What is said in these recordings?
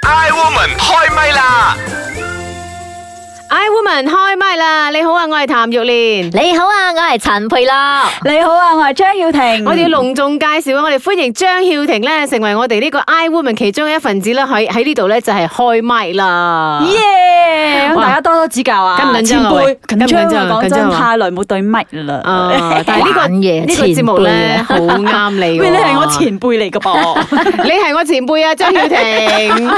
Iwoman 開唛啦！ I woman 開唛啦！你好啊，我係譚玉蓮。你好啊，我係陳佩 樂。你好啊，我係張曉婷。我哋要隆重介紹啊！我哋歡迎張曉婷咧，成為我哋呢個 I woman 其中嘅一份子啦。喺喺呢度咧就係開唛啦。耶！咁哇大家多多指教啊，緊唔緊張啊喂前輩緊唔緊張啊緊張啊講緊張真，啊太耐冇對咪啦。啊！但係呢個玩嘢呢個前節目輩咧啊好啱你。 喂，你係我，前輩嚟 噶噃，你係我前輩啊，張曉 婷。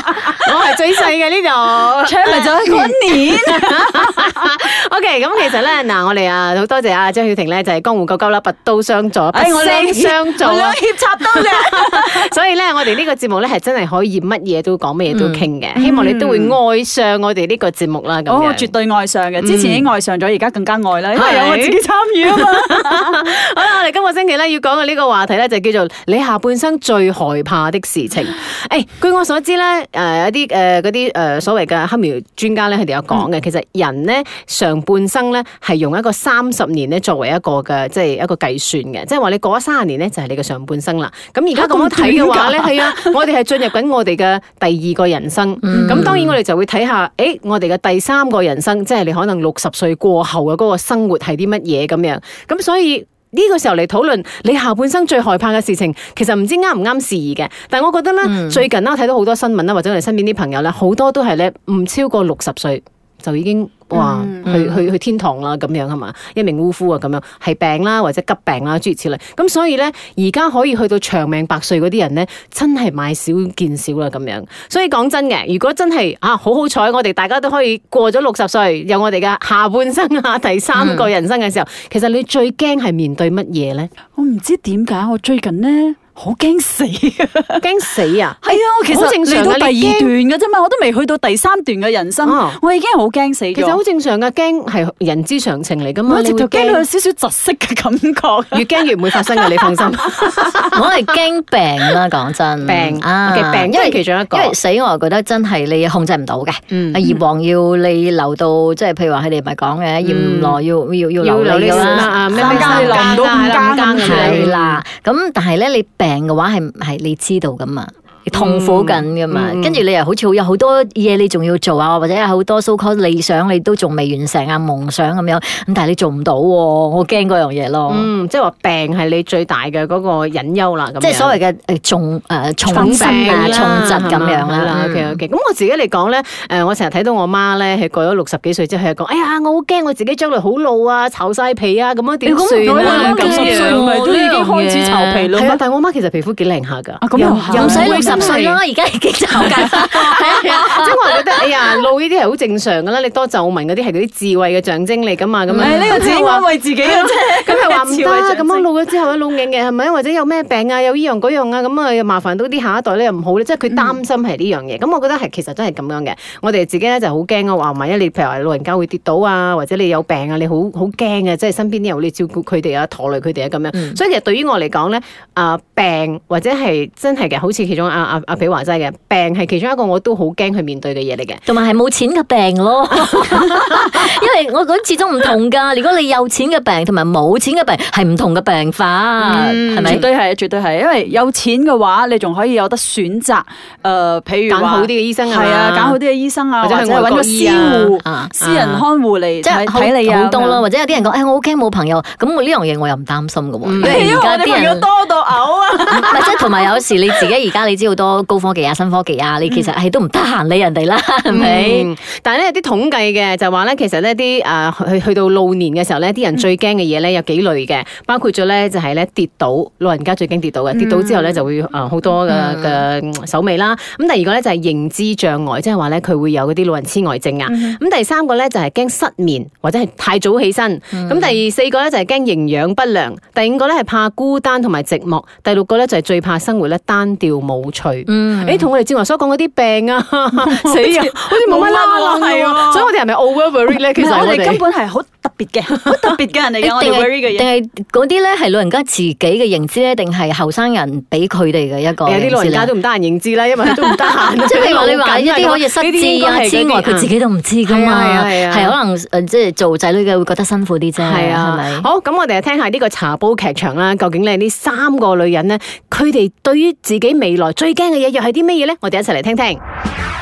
我係最細嘅呢度。搶埋咗 嗰年。 O K，咁其實咧，嗱，我哋啊好多謝啊張曉婷咧，就係江湖救急啦，拔刀相助，拔聲相助哎我啊兩。協插刀嘅。所以咧，我哋呢個節目咧係真係可以乜嘢都講，乜嘢都嗯傾嘅。希望你都會愛上我哋呢個節目啦。 咁哦，樣絕對愛上嘅，之前已經愛上咗，而家更加愛啦，因為有我自己參與啊嘛。 好啦，我哋今個星期咧要講嘅呢個話題咧就叫做你下半生最害怕的事 情。誒、據我所知咧，誒、有啲誒嗰啲誒所謂嘅黑苗專家咧，佢哋有講嗯嘅，其實人咧上半生咧係用一個三十年咧作為一個嘅即係一個計算嘅，即係話你過咗三十年咧就係你嘅上半生啦。咁而家咁樣睇嘅話咧，係啊，我哋係進入緊我哋嘅第二個人生。咁、當然我哋就會睇下，誒、我哋嘅第三個人生，即係你可能六十歲過後嘅嗰個生活係啲乜嘢咁樣。咁所以。呢個時候嚟討論你下半生最害怕嘅事情，其實唔知啱唔啱事宜嘅。但係我覺得咧，最近啦，我睇到好多新聞啊啦，或者我哋身邊啲朋友咧，好多都係咧唔超過六十歲就已經哇、去去去天堂啦咁樣係嘛，一命嗚呼啊咁樣，係病啦或者急病啦諸如此類。咁所以咧，而家可以去到長命百歲嗰啲人咧，真係買少見少啦咁樣。所以講真嘅，如果真係啊好好彩，我哋大家都可以過咗六十歲，有我哋嘅下半生啊第三個人生嘅時候，其實你最驚係面對乜嘢咧？ 我唔知點解，我最近咧好 驚死驚死啊！係啊，我其好實正常嚟㗎到第你二驚段嘅啫嘛，我都未去到第三段嘅人生啊，我已經好驚死 其實好咗。正常嘅，驚係人之常情嚟噶嘛。我直啊你會頭驚到 有少少窒息嘅感覺。 啊越驚越唔會發生嘅，你放心。我係驚病啦，講真，啊病，OK，病嗯因都為係其中一個因為死我又覺得真係你控制唔到嘅，嗯啊閻王要你留到即係譬如話佢哋咪講嘅，閻羅要要嗯要留留你你㗎先啦啦。啊，咩三咩更三你留唔到更啊五更五更咁咁係樣啦，咁但係咧，你病嘅話係係你知道噶嘛，你痛苦緊噶嘛，嗯嗯跟住你又好似好有好多嘢你仲要做啊，或者有好多 so called 理想你都仲未完成啊，夢想咁樣，咁但係你做唔到喎，我驚嗰樣嘢咯。嗯，即係話病係你最大嘅嗰個隱憂啦，咁樣即係所謂嘅誒重誒重重病病啊、啦重疾咁樣係啦。 OK 嗯 OK，咁我自己嚟講咧，誒，我成日睇到我媽咧，係過咗六十幾歲之後，佢講：哎呀，我好驚我自己將來好老啊，炒晒皮啊，咁樣點咁算唔會啊？啦咁咁樣十歲咪都已經開始樣嘢籌皮係啊咯，。但係我媽其實皮膚幾靚下㗎，啊咁又係又唔使唔會六十歲啦，，而家已經就緊。 係啊即係我係覺得，哎呀，老呢啲係好正常㗎啦，你多皺紋嗰啲係嗰啲智慧嘅象徵嚟㗎啊嘛，咁樣誒呢個自己安慰自己嘅啫。咁係話唔 智慧象得，啊徵咁樣老咗之後咧，老硬嘅係咪？或者有咩病啊，有依樣嗰樣啊，咁啊又麻煩到啲下一代咧，又唔好咧。即係佢擔心係呢樣嗯嘢。咁、我覺得係其實真係咁樣嘅。我哋自己咧就好驚啊，話萬一你譬如話老人家會跌倒啊，或者你有病啊，你好好驚啊，即係身邊啲人會照顧佢哋啊，拖累佢哋啊咁樣。嗯所以其實對於我嚟講咧，啊、病或者係真係嘅，好似其中阿阿嗯阿比華齋嘅病係其中一個我都好驚去面對嘅嘢嚟嘅。同埋係冇錢嘅病 咯，因為我覺得始終唔同㗎。如果你有錢嘅病同埋冇錢嘅病係唔同嘅病法，嗯係咪絕？對係，絕對係，因為有錢嘅話，你仲可以有得選擇。誒、譬如揀話好啲嘅醫生啊係啊，嘛揀好啲嘅醫生啊，或或者者去外揾國個私醫啊護、啊私人看護嚟即係睇睇你啊，好多咁樣咯，。或者有啲人講，哎誒我 OK 冇朋友，咁我呢樣嘢我又唔擔心嘅喎，因嗯 為因為而我家哋啲朋友人。多到 嘔啊！唔係，即係同埋有時你自己而家你知好多高科技啊、新科技啊，你其實嗯係都唔得閒理人哋啦，係咪？嗯但係咧有啲統計嘅就話咧，其實呢啲誒去去到老年嘅時候咧，啲人最驚嘅嘢咧有幾類嘅，包括咗咧就係咧跌倒，老人家最驚跌倒嘅，跌倒之後咧就會誒好多嘅嘅嗯手尾啦。咁第二個咧就係認知障礙，即係話咧佢會有嗰啲老人痴呆症嗯啊。咁第三個咧就係驚失眠或者係太早起身。咁第四個咧就係驚營養不良，第五個咧係怕孤單同埋寂寞，第六個咧就係最怕生活咧單調冇趣。嗯哎誒，同我哋正話所講嗰啲病 啊，死啊，好似冇乜啦啦冇乜啦啊喎。喎所以我哋係咪 over worry 咧？其實我我哋根哋本係好特別嘅，好特別嘅人啊嚟定嘅，我哋 worry 係定嘅嘢。係嗰啲咧係老人家自己嘅認知咧，定係後生人俾佢哋嘅一個啊有啲老人家哦認都知呢唔得啊閒認知啦，因為佢都唔得閒。即係譬如話你老話緊一啲可以失呢啲應智該啊係之外，嗰啲佢自己都唔知噶係啊嘛，係啊係可能誒即係做仔女嘅會覺得辛苦啲啫，係係咪啊，？好咁，我哋就聽下呢個茶煲劇場啦。究竟咧呢三個女人咧，佢哋對於自己未來最最驚嘅嘢又係啲咩嘢咧？我哋一齊嚟聽聽。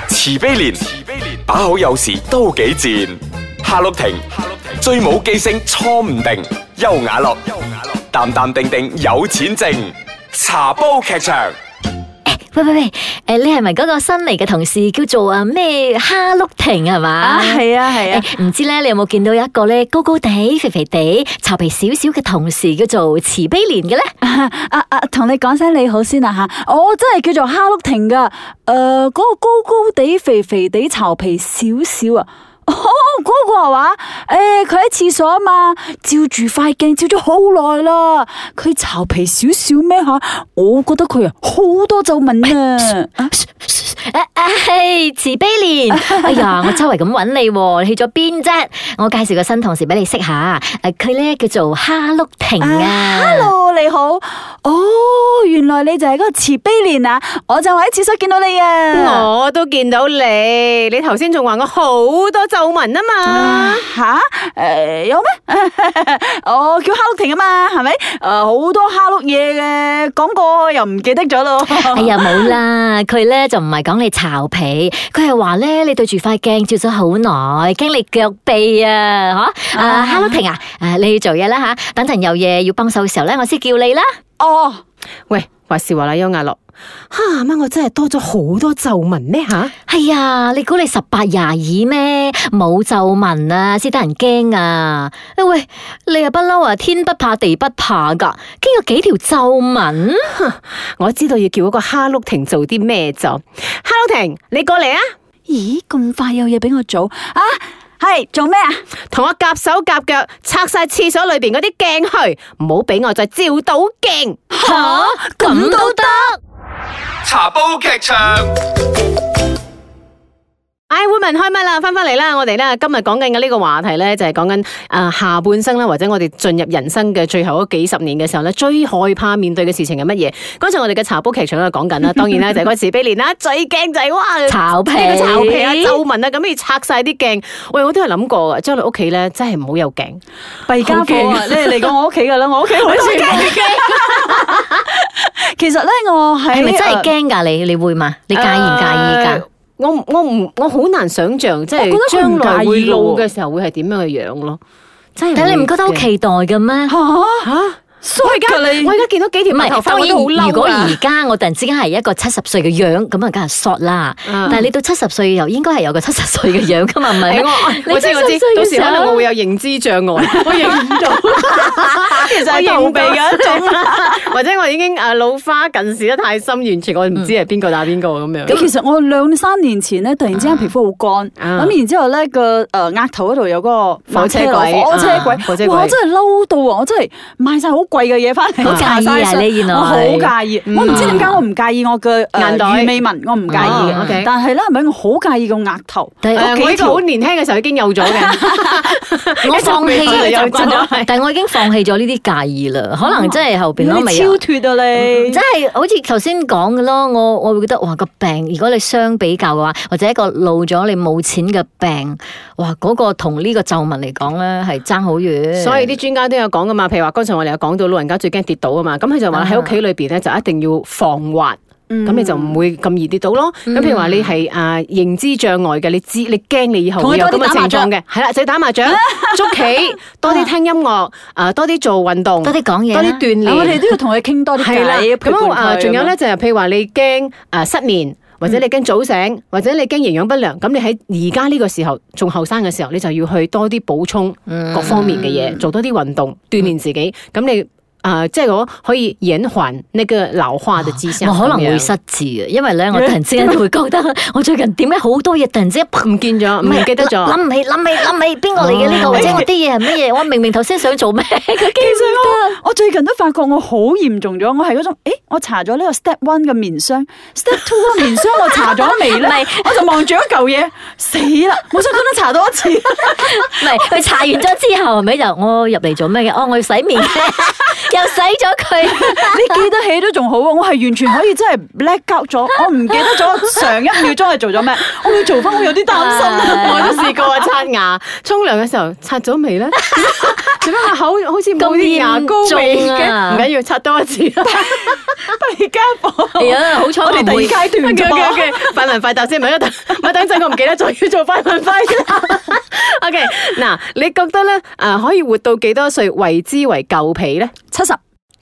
慈悲蓮，慈悲蓮，把口有時都幾賤。夏綠庭，夏綠庭，最冇記性錯唔定。優雅樂，優雅樂，淡淡定定有錢剩。茶煲劇場。喂喂喂，诶，你係咪嗰個新嚟嘅同事叫做啊咩哈碌婷係嘛？啊，系啊，系啊，誒唔知咧，你有冇見到有一個咧高高地、肥肥地、巢皮少少嘅同事叫做慈悲蓮嘅咧？ 啊啊，同你講聲你好先啦吓，我真係叫做哈碌婷噶，诶，嗰個高高地、肥肥地、巢皮少少啊。 哦，嗰、個係嘛？诶，佢喺廁所啊嘛，照住塊鏡照咗好耐啦。佢巢皮少少咩吓？我覺得佢啊好多皺紋啊。啊啊啊嘿，慈悲蓮，哎呀，我周圍咁揾你喎，你去咗邊啫？我介紹個新同事俾你識下，诶，佢咧叫做哈碌婷啊。哎 Hello，你好。哦，原來你就係嗰個慈悲蓮啊！我就喺廁所見到你嗯啊。我都見到你，你頭先仲話我好多皺紋啊嗯嘛。吓？诶、有 咩？我叫哈碌婷啊嘛，係咪？诶、好多哈碌嘢嘅，講過又唔記得咗咯。哎呀，冇啦，佢咧就唔係講你巢皮，佢係話咧你對住塊鏡照咗好耐，驚你腳痹啊，吓啊啊，Hello 婷啊，啊你去做嘢啦吓，等陣有嘢要幫手嘅時候咧，我先叫你啦。哦，喂，話是話啦，邱亞樂，吓乜我真係多咗好多皺紋呢吓？哎呀，你估你十八廿二咩？冇皺紋啊，先得人驚啊！哎喂，你又不嬲啊，天不怕地不怕噶，經過幾條 皺紋？我知道要叫嗰個哈碌婷做啲咩就，哈碌婷，你過嚟啊，咦，咁快有嘢俾我做啊？係做咩啊？同我夾手夾腳拆晒廁所裏边嗰啲鏡去，唔好俾我再照到鏡。吓，咁都得？茶煲劇場。 I woman 開唛啦，翻返嚟啦，我哋咧今日講緊嘅呢個話題咧，就係講緊诶啊下半生啦，或者我哋進入人生嘅最後嗰幾十年嘅時候咧，最害怕面對嘅事情係乜嘢？剛才我哋嘅茶煲劇場咧講緊 啦，當然啦就係嗰個慈悲蓮啦，最驚就係哇巢皮呢個巢皮 啊、皺紋啊，咁要拆晒啲鏡。喂，我都有諗過啊，將你屋企咧真係唔好有鏡。弊家伙啊！你嚟過我屋企噶啦，我屋企好似。其實咧，我喺係咪真係呃驚㗎？你你會嘛？你介唔介意㗎？誒呃我唔我唔我好難想像，即係我覺得佢將唔來會介意老㗎喎嘅時候會係點樣嘅樣咯。真係但你唔會覺得好嘅期待嘅咩？吓嚇衰㗎你我而家見到幾條唔白頭係，髮，當我都好然，如果嬲啊而！家我突然之間係一個七十歲嘅樣，咁啊，梗係 short 啦。嗯但係你到七十歲又應該係有個七十歲嘅樣噶嘛，唔係咩 誒？啊我我知你我知七十歲，嘅到時可能時候我會有認知障 礙，我認唔 到，其實係逃避嘅一種， 或者我已經誒老花近視得太深，完全我唔知係邊個打邊個咁樣。咁其實我兩三年前咧，突然之間皮膚好乾，啊咁然之後咧個誒額頭嗰度有嗰個火車軌火哦車啊火車軌軌，哇！我真係嬲到啊！我真係買晒好貴嘅嘢翻嚟，好我哎搽晒介意啊上你原來我好介意，我唔知點解我唔介意我嘅嗯眼袋誒魚尾紋，我唔介意哦，OK 嘅，但係咧係咪我好介意個額頭？但係誒呃我呢個好年輕嘅時候已經有咗嘅， 我放棄我就習慣咗係但係我已經放棄咗呢啲介意啦。可能真係後邊咯，你咪超有。脱啊你！嗯真係好似頭先講嘅咯，我我會覺得哇個病，如果你相比較嘅話，或者一個老咗你冇錢嘅病，哇嗰、個同呢個皺紋嚟講咧係爭好遠。嗯所以啲專家都有講噶嘛。譬如話剛才我哋有講到老人家最驚跌倒啊嘛，咁佢就話喺屋企裏邊咧就一定要防滑。嗯咁你就唔會咁易跌倒咯。咁譬如話你係啊認知障礙嘅，你知你驚你以後會有咁嘅情況同佢多啲打麻嘅，係啦，就要打麻 雀、捉棋，多啲聽音樂，啊多啲做運動，多啲講嘢多啦啲鍛啊我鍊哋，都要同佢傾多啲係啦。偈，陪伴咁佢嗯啊，仲有咧就係譬如話你驚啊失眠。或者你驚早醒，或者你驚營養不良，咁你喺而家呢個時候仲後生嘅時候，你就要去多啲補嗯充嗯各方面嘅嘢，做多啲運動，鍛鍊自己。咁你啊，即係我可以延緩呢個老化嘅跡象。我嗯哦可能咁樣會失智啊，因為咧我突然之間會覺 得我最近點解好多嘢突然之間砰唔見咗，唔記得咗。諗唔起諗起諗起邊個嚟嘅呢個，哦或者我啲嘢係乜嘢？我明明頭先想做咩？其實我我最近都發覺我好嚴重咗，我係嗰種，誒，我搽咗呢個 step one 嘅棉霜，step two 嘅棉霜我搽咗未 咧？我就望住嗰嚿嘢，死啦！我想咁樣搽多 一次，哦唔係佢查完咗之後，係咪就我入嚟做咩嘅？哦，我要洗面嘅。又洗咗佢。你記得起都仲好喎，我係完全可以真係 black out 咗，我唔記得 咗上一秒鐘係做咗咩，我要做翻，我有啲擔 心啊。我都試過啊，刷牙，沖涼嘅時候刷咗 未咧？做咩個口好似冇啲牙膏味咁嚴重嘅？啊唔緊要，刷多一 次啦。第二間房，哎 呀，好彩我我哋唔會第二階段啫 OK，OK，OK，嘛。快問快答先，唔係等，唔係等 陣，我唔記得咗要做快問快答。OK，嗱，你覺得咧，誒可以活到幾多歲為之為夠皮咧？七十，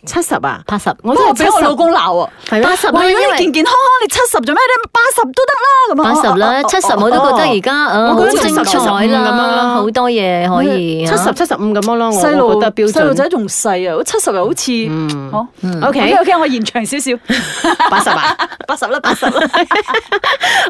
七十啊，八十，我不都過係俾70我老公鬧啊。係咩八？十啦，哇！如因果你健為健康康，你七十做咩咧？八十八都得啦，咁啊十啦，哦哦七十哦我都覺得而家我嗯覺好得精70咁彩樣啦，啦好多嘢可以。七十啊七十五咁樣咯，我細哦我路覺得標細路準嗯仔。仲細啊，我七十又好似哦。 O K OK OK，我延長少少， 八十 啊八十啦，八十啦，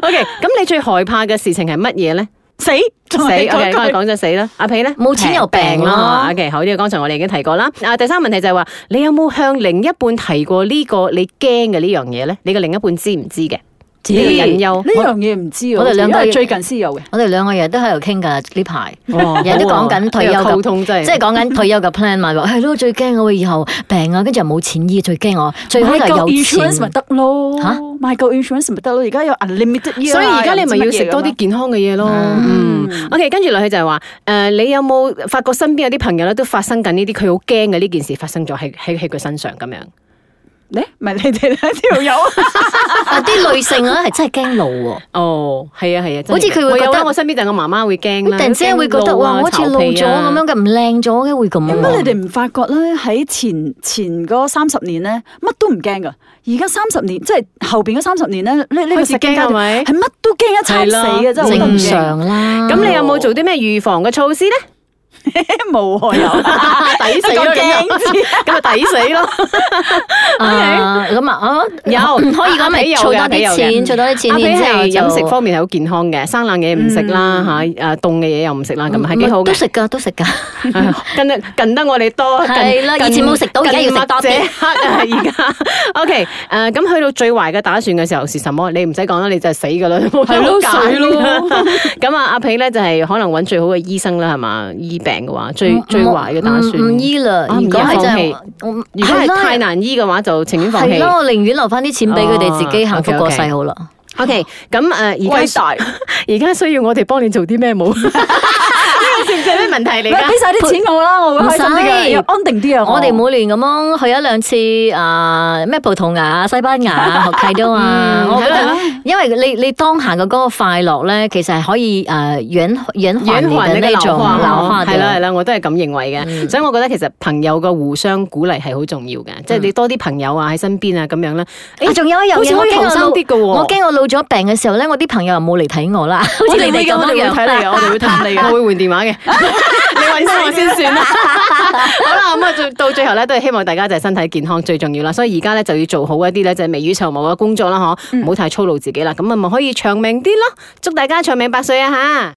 ，O K，咁你最害怕嘅事情係乜嘢咧？死 死仲係，OK，嗰句剛才講咗死啦。阿皮咧，冇錢又病咯，OK，好，呢個剛才我哋已經提過啦。啊，第三個問題就係話，你有冇向另一半提過呢個你驚嘅呢樣嘢咧？你嘅另一半知唔知嘅？知你嘅隱憂。呢樣嘢唔知啊，我哋兩個因為要最近先有嘅。我哋兩個日都喺度傾㗎呢排。哇人都講緊退休哦呢個嘅溝通真係，即係講緊退休嘅 plan 嘛，話係咯，最驚我會以後病啊，跟住又冇錢醫，最驚我最好就買係夠有 insurance 錢。咪得咯吓，買夠 insurance 咪得咯，而家有 unlimited year 所以而家你咪又要唔知乜嘢食多咁啲啊。健康嘅嘢咯。嗯，OK，跟住落去就係話，誒，你有冇發覺身邊有啲朋友咧都發生緊呢啲，佢好驚嘅呢件事發生咗喺喺喺佢身上咁樣。咧，唔係你哋兩 條 友， 啊，啲女性啊係真係驚老喎，哦，係啊係啊，真係好似佢會我有覺得啊我身邊就係我媽媽會驚咁啦，突然之間會覺得驚哇，我好似老咗巢皮啊咁樣嘅，唔靚咗嘅會咁嗯點解你喎。哋唔發覺咧？喺前前嗰三十年咧，乜都唔驚噶。而家三十年，即係後邊嗰三十年咧，呢呢個開始世界驚係咪係乜都驚一餐死嘅，真係好得正人驚常啦，咁你有冇做啲咩預防嘅措施咧？無可有， 抵死咯，咁咁驚就 咁就抵死咯。À, 啊咁啊，啊 有可以阿咁咪皮有儲多嘅阿皮有啲嘅嗯錢，儲多啲錢，阿然之後皮係飲就食方面係好健康嘅，生冷嘢唔食啦嚇，誒凍嘅嘢又唔食啦，咁係幾好都嘅。食㗎，都食㗎。 近得近得我哋多，近係啦近以前冇食到而家要食多啲近墨者黑啊！ 而家 OK 誒，咁去到最壞嘅打算嘅時候是什麼？你唔使講啦，你就係死㗎啦， 冇得係咯好揀死咯。 咁啊，阿皮咧就係可能揾最好嘅醫生啦，係嘛？醫病嘅話，嗯最最壞嘅打算。唔唔嗯醫啦。啊如果係真係唔，我如果係係啦太難醫嘅話，就情願放係棄。咯，我寧願留翻啲錢俾佢哋自己哦幸福過 OK，OK 世好啦。 OK，咁誒而偉家大。 而家需要我哋幫你做啲咩冇？ 呢個算唔算咩問題嚟你俾㗎？晒啲錢我啦，我會開心啲唔使嘅，又安定啲啊！我哋每年咁樣去一兩次啊，咩葡萄牙、西班牙、學契都啊，我覺係得啦，因為你你當下嘅嗰個快樂咧，其實係可以誒延延緩你嘅呢種老化哦係啦係的。啦，我都係咁認為嗯嘅，所以我覺得其實朋友嘅互相鼓勵係好重要嘅，即係你多啲朋友啊喺身邊啊咁樣啦。啊誒，仲有一樣好似嘢，我可以驚我後生老啲嘅喎我驚我老咗病嘅時候咧，我啲朋友又冇嚟睇我啦，好似你哋咁樣樣。睇你嘅，我哋會氹 你嘅，我會換電話嘅。你揾我先算啦。好啦，咁啊，最到最後咧，都係希望大家就係身體健康最重要啦。所以而家咧就要做好一啲咧就係未雨綢繆嘅工作啦，嗬，唔好太操勞自己啦。咁啊，咪可以長命啲咯。祝大家長命百歲啊吓！